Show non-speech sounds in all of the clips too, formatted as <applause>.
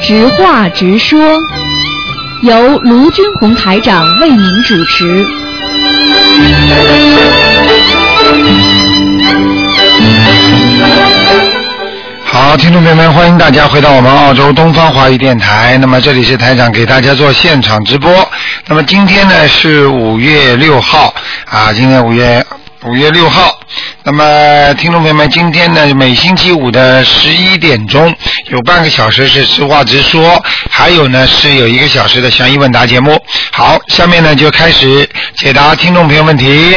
直话直说，由卢军红台长为您主持。好，听众朋友们，欢迎大家回到我们澳洲东方华语电台。那么这里是台长给大家做现场直播。那么今天呢是五月六号啊，今天五月五月六号。那么听众朋友们，今天呢每星期五的十一点钟有半个小时是实话直说，还有呢是有一个小时的悬疑问答节目。好，下面呢就开始解答听众朋友问题。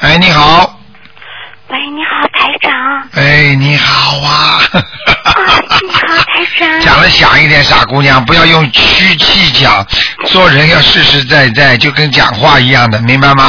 哎，你好。喂，你好，台 <laughs> 长。哎，你好啊！啊，你好，台长。讲的响一点，傻姑娘，不要用虚气讲，做人要实实在在，就跟讲话一样的，明白吗？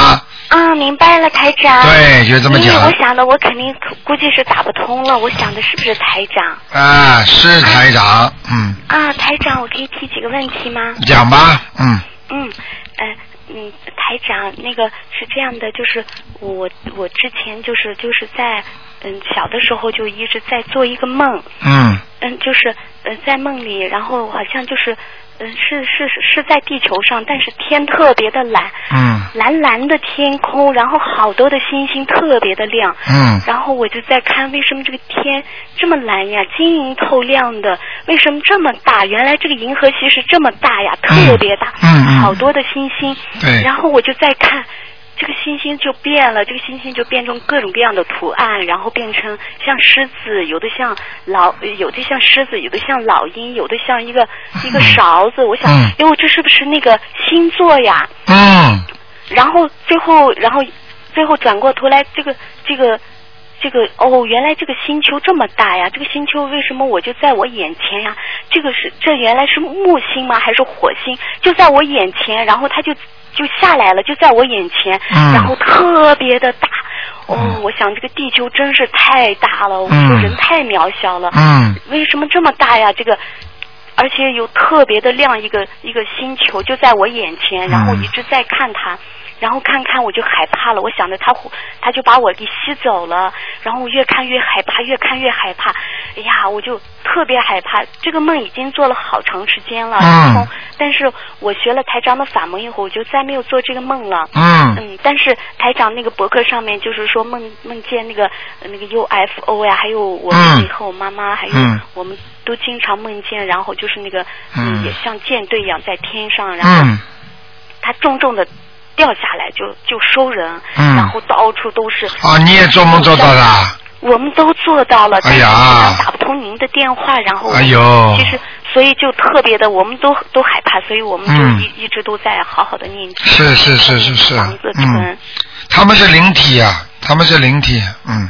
啊，嗯明白了，台长。对，就这么因为讲我。想的，我肯定估计是打不通了。我想的是不是台长？啊，是台长，嗯，啊，台长，我可以提几个问题吗？讲吧，嗯，嗯，呃，嗯，台长，那个是这样的，就是我我之前就是就是在嗯小的时候就一直在做一个梦，嗯，嗯，就是呃在梦里，然后好像就是嗯是是是在地球上，但是天特别的蓝，嗯，蓝蓝的天空，然后好多的星星特别的亮。嗯，然后我就在看，为什么这个天这么蓝呀，晶莹透亮的？为什么这么大？原来这个银河系是这么大呀，特别大，嗯嗯好多的星星。对然，后我就在看，这个星星就变了，这个星星就变成各种各样的图案，然后变成像狮子，有的像老，有的像狮子，有的像老鹰，有的像一个一个勺子。我想嗯，哟，这是不是那个星座呀？嗯，然后最后，然后最后转过头来，这个这个这个哦，原来这个星球这么大呀！这个星球为什么我就在我眼前呀？这个是这原来是木星吗？还是火星？就在我眼前，然后它就就下来了，就在我眼前，嗯然后特别的大。哦嗯，我想这个地球真是太大了，我嗯说人太渺小了。嗯，为什么这么大呀？这个，而且有特别的亮一个一个星球就在我眼前，然后我嗯一直在看它，然后看看我就害怕了，我想着它会它就把我给吸走了，然后我越看越害怕，越看越害怕，哎呀，我就特别害怕。这个梦已经做了好长时间了，嗯然后但是我学了台长的法门以后，我就再没有做这个梦了。嗯，嗯，但是台长那个博客上面就是说梦梦见那个呃那个 UFO 呀，还有我嗯以后妈妈，还有嗯我们都经常梦见，然后就是那个嗯也像舰队一样在天上，然后嗯，它重重的掉下来就就收人，嗯然后到处都是。哦，你也做梦做到的，啊我们都做到了，但哎是呀台长打不通您的电话，然后我哎呦其实所以就特别的，我们都都害怕，所以我们就嗯一、一直都在好好的念经，是是是是是房子，存。嗯，他们是灵体啊，他们是灵体，嗯，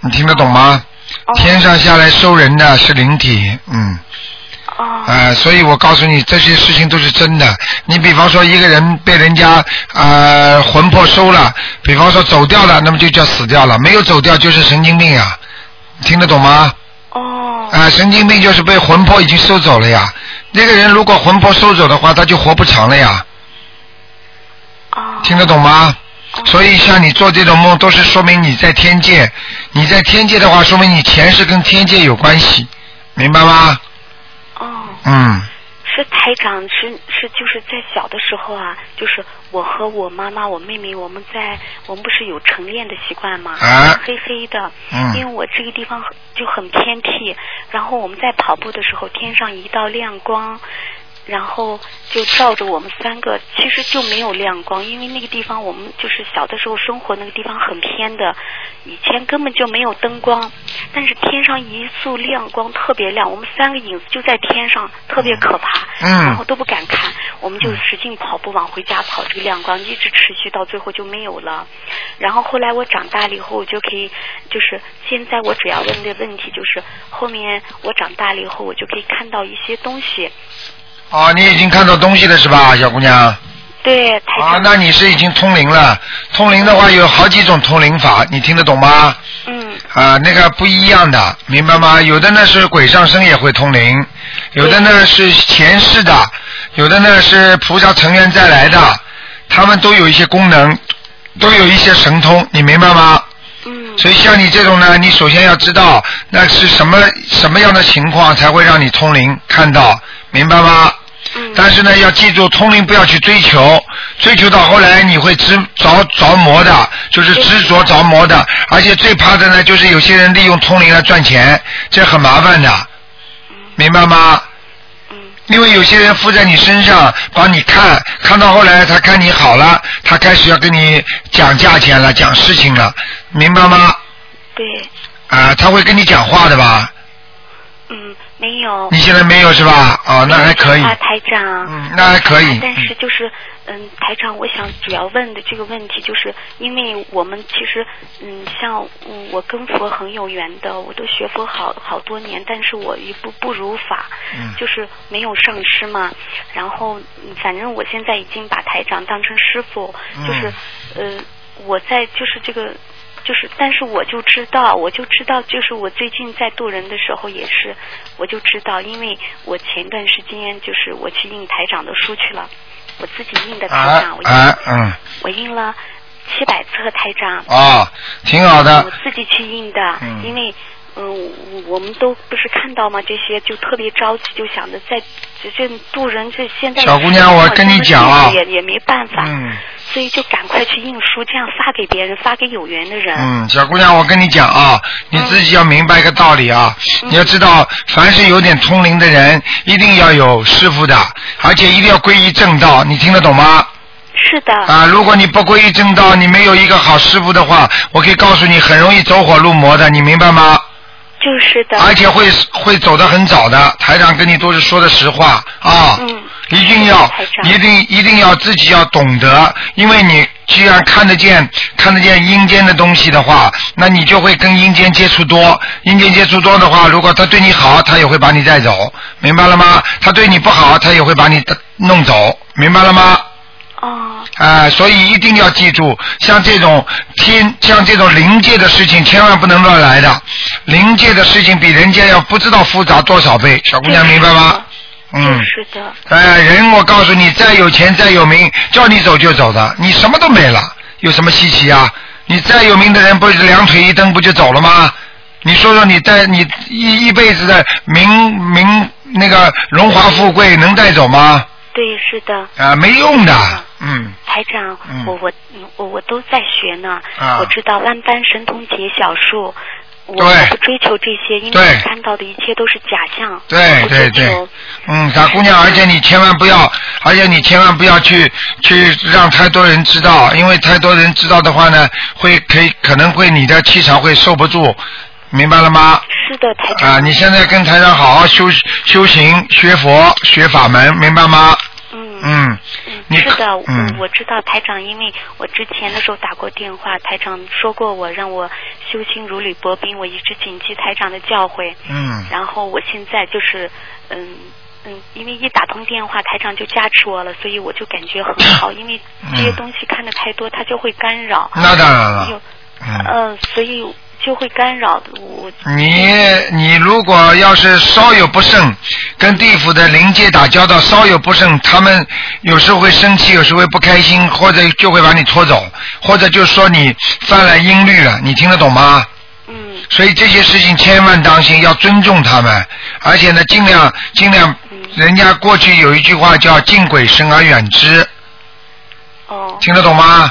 你听得懂吗？哦天上下来收人的是灵体，嗯。哦，呃，所以我告诉你，这些事情都是真的。你比方说，一个人被人家呃魂魄收了，比方说走掉了，那么就叫死掉了；没有走掉就是神经病呀，你听得懂吗？哦，啊、神经病就是被魂魄已经收走了呀。那个人如果魂魄收走的话，他就活不长了呀，哦，听得懂吗？哦所以像你做这种梦，都是说明你在天界。你在天界的话，说明你前世跟天界有关系，明白吗？哦，嗯是台长，是是，就是在小的时候啊，就是我和我妈妈、我妹妹，我们在我们不是有晨练的习惯吗？啊黑黑的，嗯因为我这个地方很就很偏僻，然后我们在跑步的时候，天上一道亮光。然后就照着我们三个，其实就没有亮光，因为那个地方我们就是小的时候生活那个地方很偏的，以前根本就没有灯光，但是天上一束亮光特别亮，我们三个影子就在天上，特别可怕。嗯然后都不敢看，我们就使劲跑步往回家跑，这个亮光一直持续到最后就没有了。然后后来我长大了以后，我就可以，就是现在我主要问的问题就是，后面我长大了以后，我就可以看到一些东西。哦，你已经看到东西了是吧，小姑娘？对，台啊，长，那你是已经通灵了。通灵的话有好几种通灵法，你听得懂吗？嗯，啊，那个不一样的，明白吗？有的呢是鬼上身也会通灵，有的呢是前世的，有的呢是菩萨成员再来的，他们都有一些功能，都有一些神通，你明白吗？嗯所以像你这种呢，你首先要知道那是什么什么样的情况才会让你通灵看到，明白吗？嗯，但是呢，要记住通灵不要去追求，追求到后来你会执着着魔的，就是执着着魔的，而且最怕的呢，就是有些人利用通灵来赚钱，这很麻烦的，明白吗？嗯因为有些人附在你身上帮你看，看到后来他看你好了，他开始要跟你讲价钱了，讲事情了，明白吗？对，啊、他会跟你讲话的吧？嗯，没有。你现在没有是吧？哦，那还可以，啊，台长。嗯，那还可以。啊但是就是，嗯，台长，我想主要问的这个问题，就是因为我们其实，嗯，像嗯我跟佛很有缘的，我都学佛好好多年，但是我一不不如法，嗯就是没有上师嘛。然后，嗯反正我现在已经把台长当成师傅，嗯就是，呃，我在就是这个。就是，但是我就知道，我就知道，就是我最近在渡人的时候也是，我就知道，因为我前段时间就是我去印台长的书去了，我自己印的台啊长，我印、啊嗯我印了七百册台长，哦，挺好我的，自己去印的，嗯因为。嗯，我我们都不是看到吗？这些就特别着急，就想着在这这渡人这现在小姑娘我跟你讲啊也也没办法，嗯所以就赶快去印书，这样发给别人，发给有缘的人。嗯，小姑娘，我跟你讲啊，你自己要明白一个道理啊，嗯你要知道，凡是有点通灵的人，一定要有师傅的，而且一定要皈依正道，你听得懂吗？是的，啊，如果你不皈依正道，你没有一个好师傅的话，我可以告诉你，很容易走火入魔的，你明白吗？就是的。而且会会走得很早的，台长跟你都是说的实话啊。嗯一定要台，长一定一定要自己要懂得，因为你既然看得见看得见阴间的东西的话，那你就会跟阴间接触多。阴间接触多的话，如果他对你好，他也会把你带走，明白了吗？他对你不好，他也会把你的弄走，明白了吗？哦，啊、所以一定要记住，像这种天，像这种灵界的事情，千万不能乱来的。灵界的事情比人间要不知道复杂多少倍，小姑娘明白吗？嗯就，是的，哎、人我告诉你，再有钱再有名，叫你走就走的，你什么都没了，有什么稀奇啊？你再有名的人，不是两腿一蹬不就走了吗？你说说你带你一一辈子的名名那个荣华富贵能带走吗？对，是的。啊、没用的，嗯。台长，嗯我我我我都在学呢，啊我知道万般神通解小术，我对我不追求这些，因为对我看到的一切都是假象，对我不对追对求，嗯，傻姑娘，而且你千万不要，而且你千万不要去去让太多人知道，因为太多人知道的话呢，会可以可能会你的气场会受不住，明白了吗？是的，台长，啊，你现在跟台长好好修修行、学佛、学法门，明白吗？嗯嗯，你嗯，是的，我嗯我知道台长，因为我之前的时候打过电话，台长说过我让我修心如履薄冰，我一直谨记台长的教诲，嗯，然后我现在就是，嗯嗯，因为一打通电话，台长就加持我了，所以我就感觉很好，因为这些东西看的太多，它就会干扰。那当然了有，，嗯。嗯、所以就会干扰我。你你如果要是稍有不慎，跟地府的灵界打交道，稍有不慎，他们有时候会生气，有时候会不开心，或者就会把你拖走，或者就说你犯了阴律了，你听得懂吗？嗯所以这些事情千万当心，要尊重他们，而且呢，尽量尽量，人家过去有一句话叫“敬鬼神而远之哦”，，听得懂吗？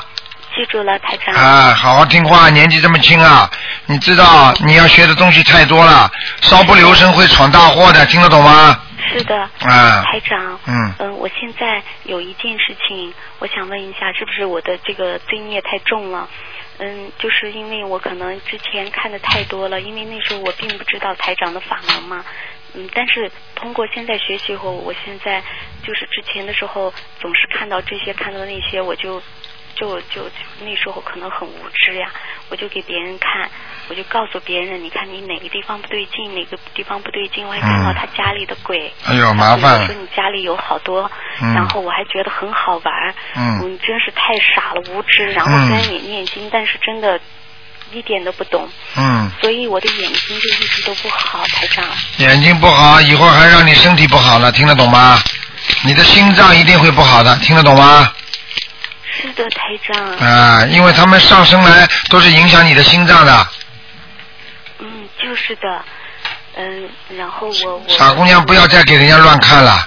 记住了，台长。啊，好好听话，年纪这么轻啊，你知道你要学的东西太多了，稍不留神会闯大祸的，听得懂吗？是的，啊，台长。嗯嗯，我现在有一件事情，我想问一下，是不是我的这个罪孽太重了？嗯，就是因为我可能之前看的太多了，因为那时候我并不知道台长的法门嘛。嗯，但是通过现在学习后，我现在就是之前的时候总是看到这些，看到那些，我就就就就那时候可能很无知呀，我就给别人看，我就告诉别人，你看你哪个地方不对劲，哪个地方不对劲，我还看到嗯他家里的鬼。哎呦，麻烦比如了说，你家里有好多，嗯然后我还觉得很好玩儿，嗯你真是太傻了，无知。然后嗯虽然也念经，但是真的，一点都不懂，嗯，所以我的眼睛就一直都不好，台长。眼睛不好，以后还让你身体不好了，听得懂吗？你的心脏一定会不好的，听得懂吗？是的，台长。啊，因为他们上升来都是影响你的心脏的。嗯，就是的，嗯，然后我我傻姑娘，不要再给人家乱看了，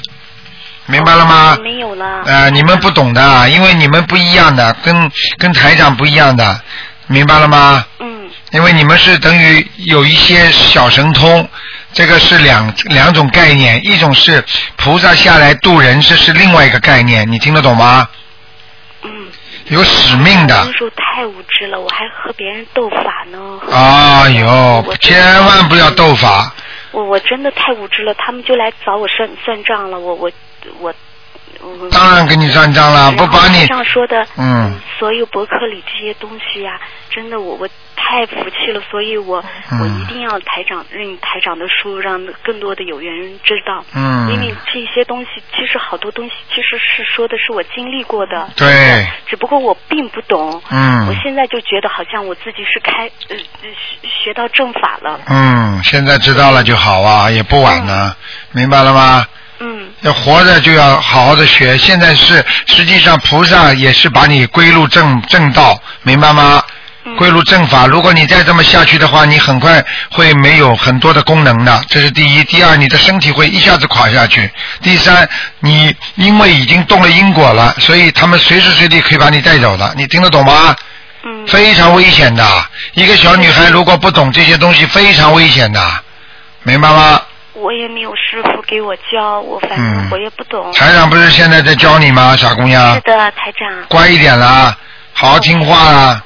明白了吗？没有了。呃，你们不懂的，因为你们不一样的，跟跟台长不一样的，明白了吗？嗯因为你们是等于有一些小神通，这个是两两种概念，一种是菩萨下来度人，这是另外一个概念，你听得懂吗？嗯。有使命的。那时候太无知了，我还和别人斗法呢。哎呦我，真的千万不要斗法，我我真的太无知了，他们就来找我算算账了，我我我我。当然跟你算账了，不把你台上说的，嗯，所有博客里这些东西呀、真的我我太服气了，所以我、嗯我一定要台长认台长的书，让更多的有缘人知道。嗯因为这些东西其实好多东西其实是说的是我经历过的，对，只不过我并不懂。我嗯现在就觉得好像我自己是开呃呃学学到正法了，嗯，现在知道了就好啊，也不晚呢，明白了吗？嗯要活着就要好好的学。现在是实际上菩萨也是把你归入正正道，明白吗？嗯归入正法。如果你再这么下去的话，你很快会没有很多的功能的，这是第一。第二，你的身体会一下子垮下去。第三，你因为已经动了因果了，所以他们随时随地可以把你带走的。你听得懂吗？嗯非常危险的。一个小女孩如果不懂这些东西，非常危险的，明白吗？我也没有师傅给我教，我反嗯正我也不懂。台长不是啊现在在教你吗，傻姑娘？是的，台长。乖一点啦，好好听话啦。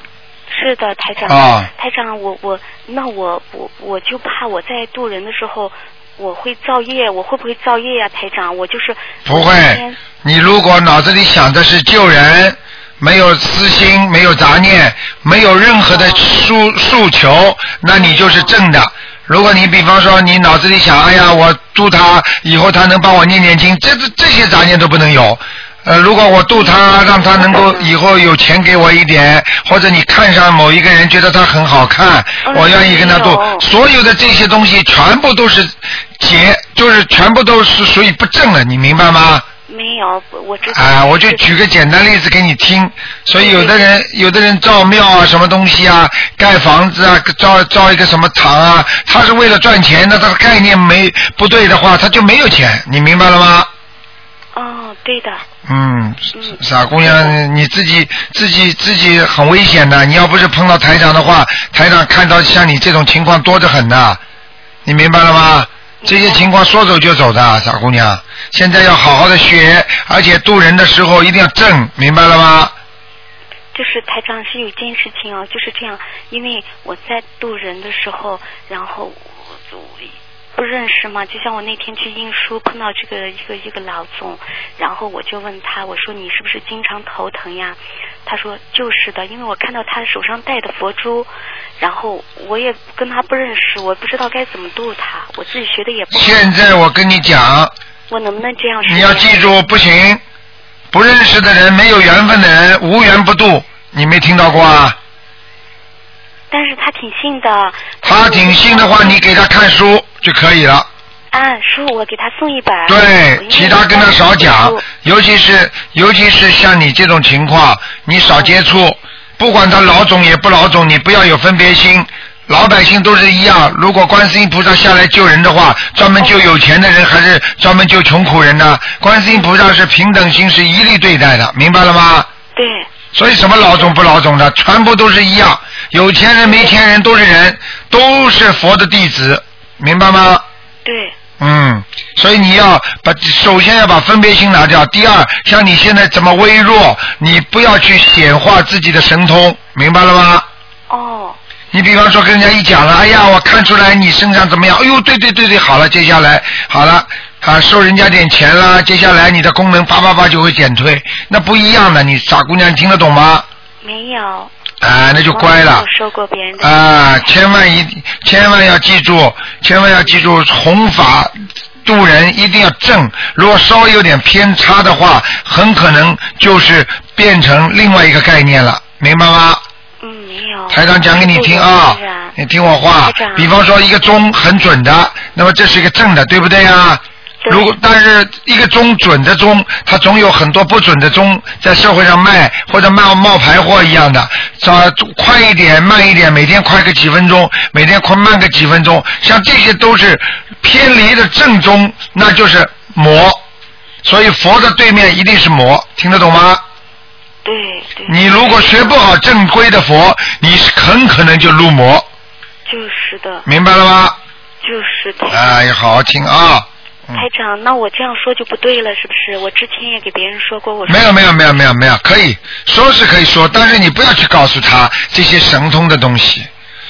是的，台长。啊台长，我我那我我我就怕我在渡人的时候我会造业，我会不会造业呀、啊台长？我就是不会，你如果脑子里想的是救人，没有私心，没有杂念，没有任何的诉诉求，那你就是正的。如果你比方说你脑子里想，哎呀，我度他以后他能帮我念念经，这这这些杂念都不能有。呃，如果我度他，让他能够以后有钱给我一点，或者你看上某一个人，觉得他很好看，嗯我愿意跟他度没，有所有的这些东西全部都是结，就是全部都是属于不正的，你明白吗？没有，我知道。啊，我就举个简单例子给你听。所以有的人，有的人造庙啊，什么东西啊，盖房子啊，造造一个什么堂啊，他是为了赚钱，那他的概念没不对的话，他就没有钱，你明白了吗？哦，对的，嗯嗯，傻姑娘，你自己自己自己很危险的。你要不是碰到台长的话，台长看到像你这种情况多得很的，你明白了吗？这些情况说走就走的，傻姑娘，现在要好好的学，而且渡人的时候一定要正，明白了吗？就是台长是有一件事情哦，就是这样，因为我在渡人的时候，然后我我不认识嘛，就像我那天去印书碰到这个一个一个老总，然后我就问他，我说你是不是经常头疼呀？他说就是的，因为我看到他手上戴的佛珠，然后我也跟他不认识，我不知道该怎么渡他，我自己学的也不好，现在我跟你讲，我能不能这样说呀？你要记住，不行，不认识的人，没有缘分的人，无缘不渡，你没听到过啊？但是他挺信的，嗯他挺信的话，你给他看书就可以了。啊，叔，我给他送一本。我对因，为其他跟他少讲我，尤其是尤其是像你这种情况，你少接触，不管他老总也不老总，你不要有分别心。老百姓都是一样，如果观世音菩萨下来救人的话，专门救有钱的人还是专门救穷苦人呢？观世音菩萨是平等心，是一律对待的，明白了吗？对，所以什么老总不老总的，全部都是一样，有钱人没钱人都是人，都是佛的弟子，明白吗？对，嗯，所以你要把首先要把分别心拿掉。第二，像你现在这么微弱，你不要去显化自己的神通，明白了吗？哦，你比方说跟人家一讲了，哎呀，我看出来你身上怎么样？哎呦，对对对对，好了，接下来好了啊，收人家点钱啦，接下来你的功能叭叭叭就会减退，那不一样的，你傻姑娘你听得懂吗？没有。啊，那就乖我没了有。收过别人的。啊，千万一千万要记住，千万要记住，弘法度人一定要正。如果稍微有点偏差的话，很可能就是变成另外一个概念了，明白吗？嗯，没有。台长讲给你听啊是啊，你听我话台。长比方说一个中很准的，那么这是一个正的，对不对啊？对如果但是一个钟准的钟，它总有很多不准的钟在社会上卖，或者冒冒牌货一样的，找快一点、慢一点，每天快个几分钟，每天快慢个几分钟，像这些都是偏离了正宗，那就是魔。所以佛的对面一定是魔，听得懂吗？对对，你如果学不好正规的佛，你是很可能就入魔，就是的，明白了吗？就是的。哎，要好好听啊！嗯台长，那我这样说就不对了，是不是？我之前也给别人说过，我说没有没有没有没有没有，可以说是可以说，但是你不要去告诉他这些神通的东西，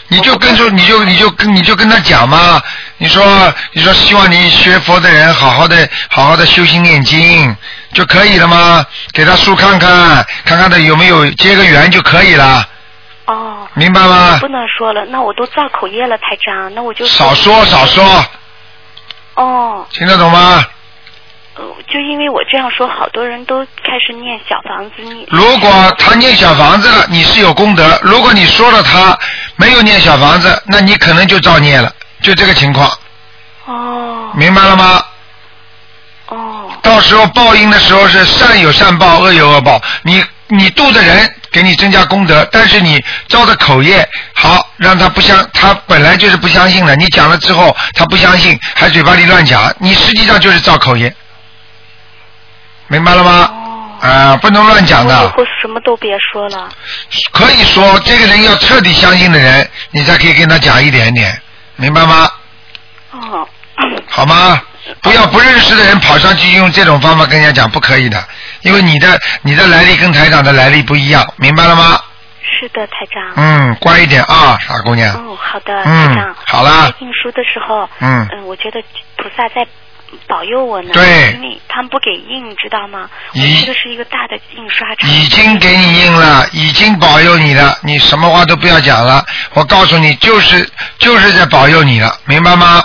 你就跟说你就你就跟你就跟他讲嘛，你说你说希望你学佛的人好好的好好的修心念经就可以了吗？给他书看看，看看他有没有结个缘就可以了，哦，明白吗不？能说了，那我都造口业了，台长，那我就少说少说，哦，听得懂吗？呃就因为我这样说，好多人都开始念小房子念。如果他念小房子了，你是有功德；如果你说了他没有念小房子，那你可能就造孽了，就这个情况，哦明白了吗？哦到时候报应的时候是善有善报，恶有恶报。你你度的人给你增加功德，但是你造的口业好，让他不相，他本来就是不相信的。你讲了之后，他不相信，还嘴巴里乱讲，你实际上就是造口业，明白了吗？哦，啊、不能乱讲的。我以后什么都别说了。可以说，这个人要彻底相信的人，你才可以跟他讲一点点，明白吗？哦， <clears throat> 好吗？不要不认识的人跑上去用这种方法跟人家讲，不可以的，因为你的你的来历跟台长的来历不一样，明白了吗？是的，台长。嗯，乖一点啊，傻姑娘。哦，好的，嗯台长。好啦在印书的时候，嗯嗯，我觉得菩萨在保佑我呢。对因为他们不给印，知道吗？我已这个是一个大的印刷厂。已经给你应了，已经保佑你了，你什么话都不要讲了。我告诉你，就是就是在保佑你了，明白吗？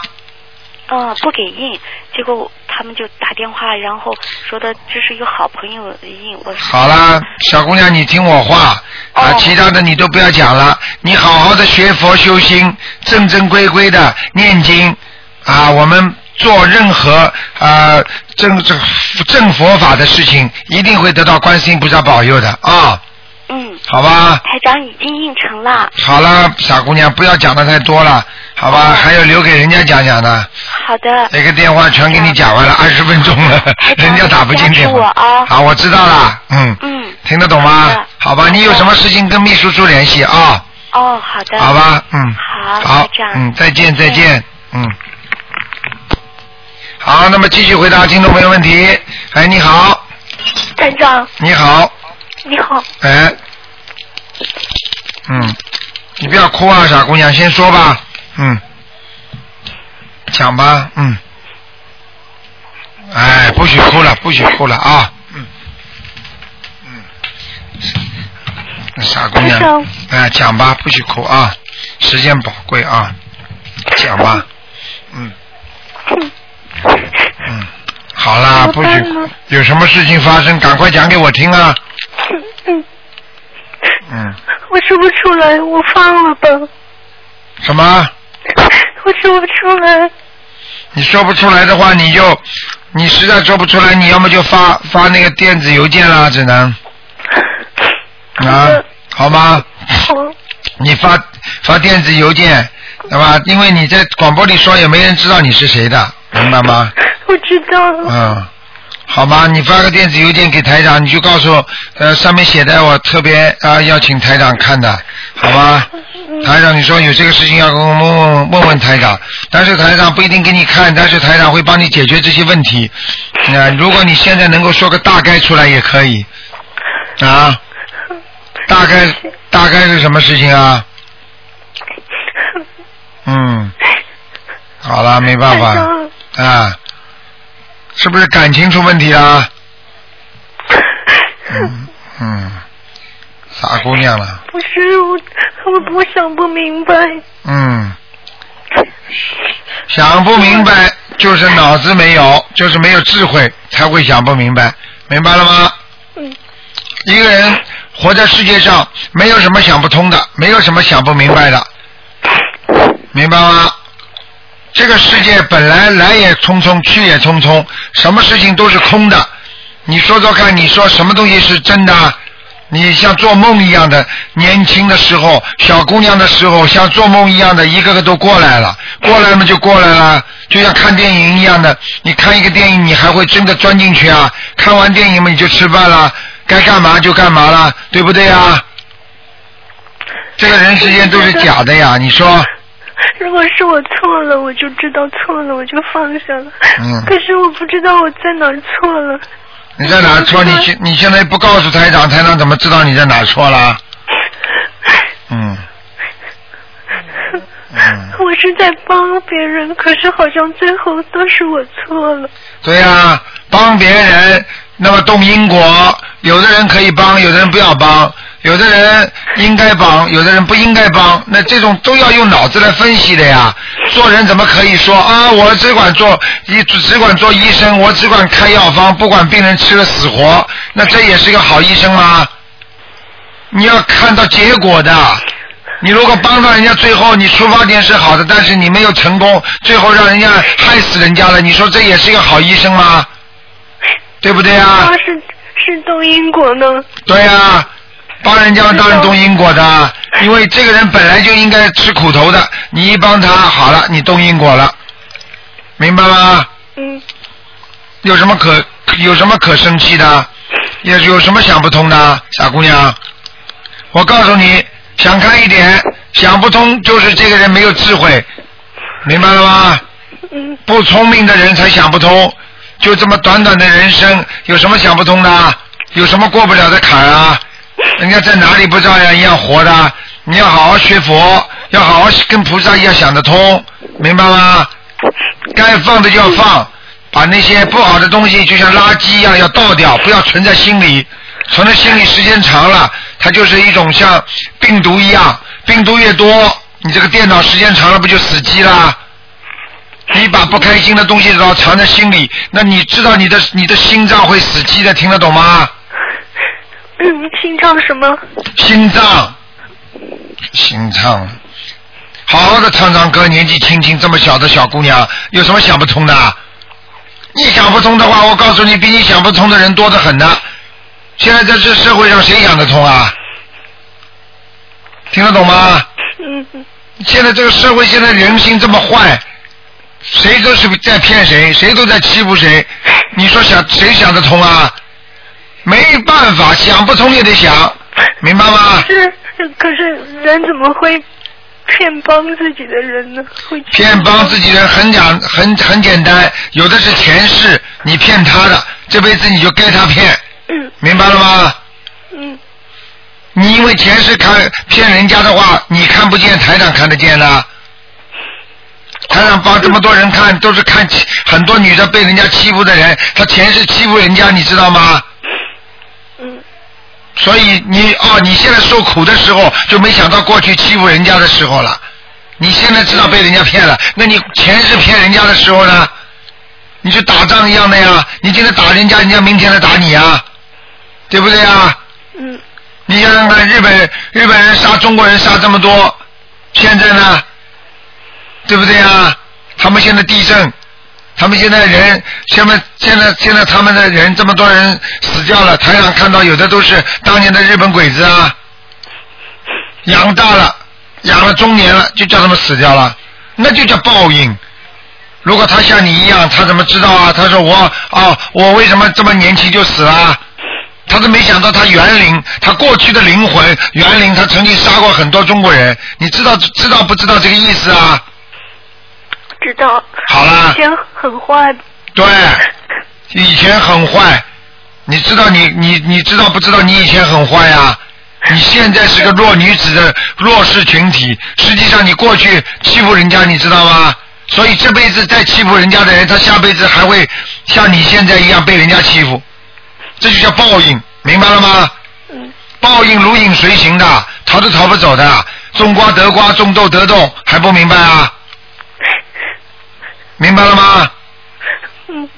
嗯，不给印，结果我他们就打电话，然后说的这是一个好朋友印，我好啦，小姑娘，你听我话啊哦，其他的你都不要讲了，你好好的学佛修心，正正规规的念经啊。我们做任何啊正正正佛法的事情，一定会得到观世音菩萨保佑的啊，嗯，好吧？台长已经印成了，好了，傻姑娘，不要讲的太多了，好哦吧？还有留给人家讲讲的，好的，那个电话全给你讲完了，二十分钟了， <laughs> 人家打不进电话加持我啊。好，我知道了，嗯。嗯，听得懂吗好的？好吧，你有什么事情跟秘书处联系啊？哦，好的，好，吧，嗯，好好台长，嗯，再见，再再见见，嗯。好，那么继续回答听众朋友问题。哎，你好，台长你好，你好，哎，嗯，你不要哭啊，傻姑娘，先说吧，嗯，讲吧，嗯，哎，不许哭了，不许哭了啊，嗯，嗯，傻姑台娘长，哎，讲吧，不许哭啊，时间宝贵啊，讲吧，嗯，嗯，好啦，怎不么办许呢哭，有什么事情发生，赶快讲给我听啊，嗯， <laughs> 我说不出来，我放了吧，什么？我说不出来，你说不出来的话，你就，你实在说不出来，你要么就发发那个电子邮件啦，只能啊，嗯好吗？好，你发发电子邮件，对吧？因为你在广播里说，也没人知道你是谁的，明白吗？我知道了，嗯，好吗？你发个电子邮件给台长，你就告诉呃上面写的我特别啊、要请台长看的，好吗？台长，你说有这个事情要跟我问问问问台长，但是台长不一定给你看，但是台长会帮你解决这些问题。那、如果你现在能够说个大概出来也可以，啊，大概大概是什么事情啊？嗯，好了，没办法。台长啊，是不是感情出问题啦？嗯嗯，傻姑娘了，不是我，我我想不明白，嗯，想不明白就是脑子没有，就是没有智慧才会想不明白，明白了吗？嗯，一个人活在世界上，没有什么想不通的，没有什么想不明白的，明白吗？这个世界本来来也匆匆，去也匆匆，什么事情都是空的。你说说看，你说什么东西是真的啊？你像做梦一样的，年轻的时候，小姑娘的时候，像做梦一样的，一个个都过来了，过来了嘛就过来了，就像看电影一样的。你看一个电影，你还会真的钻进去啊？看完电影嘛，你就吃饭啦，该干嘛就干嘛啦，对不对啊？这个人世间都是假的呀，你说？如果是我错了，我就知道错了，我就放下了。嗯可是我不知道我在哪儿错了。你在哪儿错？你现你现在不告诉台长，台长怎么知道你在哪儿错啦？嗯嗯，我是在帮别人，可是好像最后都是我错了。对呀、帮别人，那么动因果，有的人可以帮，有的人不要帮，有的人应该帮，有的人不应该帮，那这种都要用脑子来分析的呀。做人怎么可以说啊？我只管做医，只管做医生，我只管开药方，不管病人吃了死活，那这也是个好医生吗？你要看到结果的。你如果帮到人家，最后你出发点是好的，但是你没有成功，最后让人家害死人家了，你说这也是一个好医生吗？对不对啊要？是是动因果呢？对啊，帮人家当然动因果的，因为这个人本来就应该吃苦头的，你一帮他好了，你动因果了，明白吗？嗯，有什么可有什么可生气的？也有什么想不通的，傻姑娘？我告诉你，想开一点，想不通就是这个人没有智慧，明白了吗？嗯。不聪明的人才想不通，就这么短短的人生，有什么想不通的？啊有什么过不了的坎啊？人家在哪里不照样一样活的？啊你要好好学佛，要好好跟菩萨一样想得通，明白吗？该放的就要放，把那些不好的东西就像垃圾一样要倒掉，不要存在心里。存在心里时间长了，它就是一种像病毒一样，病毒越多，你这个电脑时间长了不就死机啦？你把不开心的东西老藏在心里，那你知道你的你的心脏会死机的，听得懂吗？嗯，心脏什么？心脏，心脏，好好的唱唱歌，年纪轻轻这么小的小姑娘，有什么想不通的？你想不通的话，我告诉你，比你想不通的人多得很呢。现在在这社会上，谁想得通啊？听得懂吗？嗯，嗯现在这个社会，现在人心这么坏，谁都是在骗谁，谁都在欺负谁。你说想谁想得通啊？没办法，想不通也得想，明白吗？是，可是人怎么会骗帮自己的人呢？会去骗帮自己人很讲很很简单，有的是前世你骗他的，这辈子你就该他骗，嗯明白了吗？嗯你因为前世看骗人家的话，你看不见，台长看得见呐。台长帮这么多人看，都是看欺很多女的被人家欺负的人，她前世欺负人家，你知道吗？嗯所以你哦，你现在受苦的时候，就没想到过去欺负人家的时候了。你现在知道被人家骗了，那你前世骗人家的时候呢？你就打仗一样的呀，你今天打人家，人家明天来打你啊，对不对啊？嗯你想想看，日本日本人杀中国人杀这么多，现在呢，对不对啊？他们现在地震，他们现在人，现在现在现在他们的人这么多人死掉了，台上看到有的都是当年的日本鬼子啊，养大了，养了中年了，就叫他们死掉了，那就叫报应。如果他像你一样，他怎么知道啊？他说我哦，我为什么这么年轻就死了？他都没想到他园林，他过去的灵魂园林，他曾经杀过很多中国人，你知道知道不知道这个意思啊？知道。好啦以前很坏。对，以前很坏，你知道你你你知道不知道你以前很坏呀、你现在是个弱女子的弱势群体，实际上你过去欺负人家，你知道吗？所以这辈子再欺负人家的人，他下辈子还会像你现在一样被人家欺负，这就叫报应，明白了吗？嗯报应如影随形的，逃都逃不走的。种瓜得瓜，种豆得豆，还不明白啊？明白了吗？嗯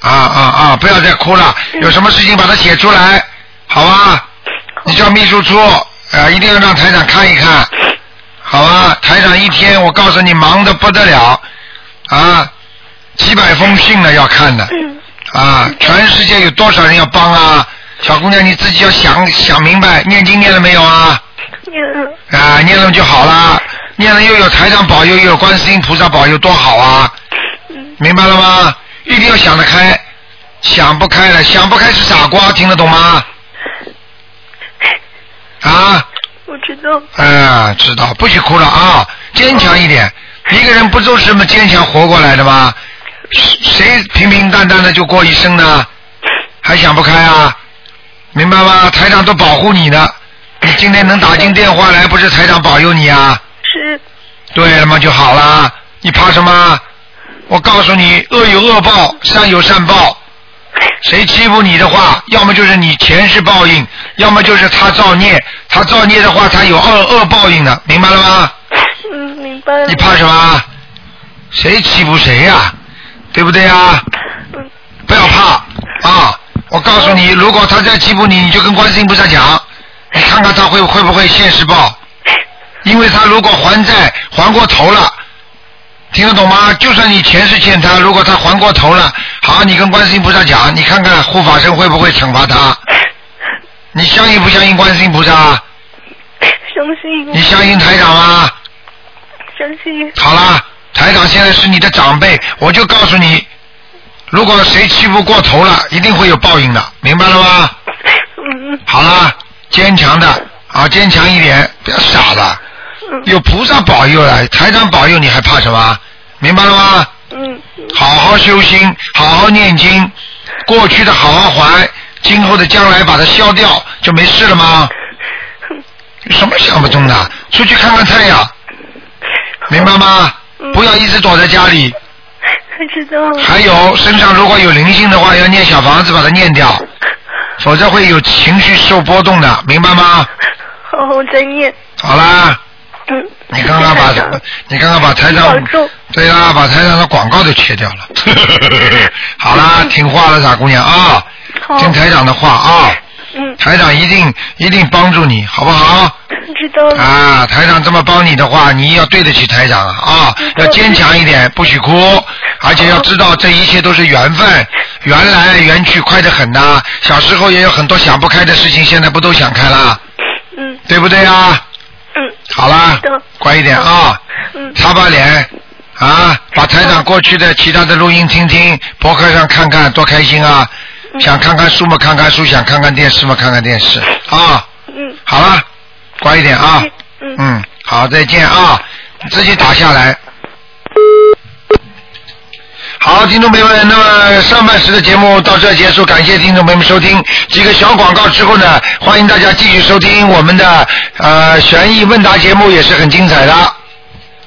啊啊啊！不要再哭了，有什么事情把它写出来，好吧？你叫秘书处，呃，一定要让台长看一看，好吧？台长一天，我告诉你忙得不得了，啊，几百封信呢要看的，嗯啊，全世界有多少人要帮啊？小姑娘你自己要想想明白，念经念了没有啊？念了，啊，念了就好啦，念了又有台上保佑，又有观世音菩萨保佑，多好啊！嗯明白了吗？一定要想得开，想不开了，想不开是傻瓜，听得懂吗？啊，我知道，啊，知道，不许哭了啊，坚强一点。一个人不都是这么坚强活过来的吗？谁谁平平淡淡的就过一生呢？还想不开啊？明白吗？台长都保护你呢，你今天能打进电话来，不是台长保佑你啊？是对了嘛就好啦，你怕什么？我告诉你，恶有恶报，善有善报。谁欺负你的话，要么就是你前世报应，要么就是他造孽。他造孽的话，他有恶恶报应的，明白了吗？嗯，明白了你，怕什么？谁欺负谁呀、对不对呀？嗯不要怕啊！我告诉你，如果他再欺负你，你就跟观世音菩萨讲，你看看他会会不会现世报？因为他如果还债还过头了，听得懂吗？就算你前世欠他，如果他还过头了，好，你跟观世音菩萨讲，你看看护法神会不会惩罚他？你相信不相信观世音菩萨？ <laughs> 相信你相信台长吗？相信，好啦，台长现在是你的长辈，我就告诉你，如果谁欺负过头了，一定会有报应的，明白了吗？嗯好啦，坚强的啊，坚强一点，不要傻了，嗯有菩萨保佑了，台长保佑你还怕什么？明白了吗？嗯好好修心，好好念经，过去的好好还，今后的将来把它消掉，就没事了吗？有什么想不通的？出去看看太阳，明白吗？嗯不要一直躲在家里。嗯，知道了，还有身上如果有灵性的话，要念小房子把它念掉，否则会有情绪受波动的，明白吗？好，我再念，好啦，嗯，你刚刚谢谢台把长，你刚刚把台保上重，对啦，把台上的广告都切掉了。 <laughs> 好啦，听话了，傻姑娘啊，好，听台长的话啊，嗯，台长一定一定帮助你，好不好？知道了，啊，台长这么帮你的话，你要对得起台长啊，要坚强一点，不许哭，而且要知道这一切都是缘分，缘来缘去，快得很呐、小时候也有很多想不开的事情，现在不都想开啦，嗯对不对啊？嗯好啦知道，乖一点啊，嗯，擦把脸啊，把台长过去的其他的录音听听，博客上看看，多开心啊！嗯想看看书嘛，看看书；想看看电视嘛，看看电视啊。嗯好了，乖一点啊。嗯嗯，嗯，好，再见啊，你自己打下来。好，听众朋友们，那么上半时的节目到这结束，感谢听众朋友们收听。几个小广告之后呢，欢迎大家继续收听我们的呃悬疑问答节目，也是很精彩的。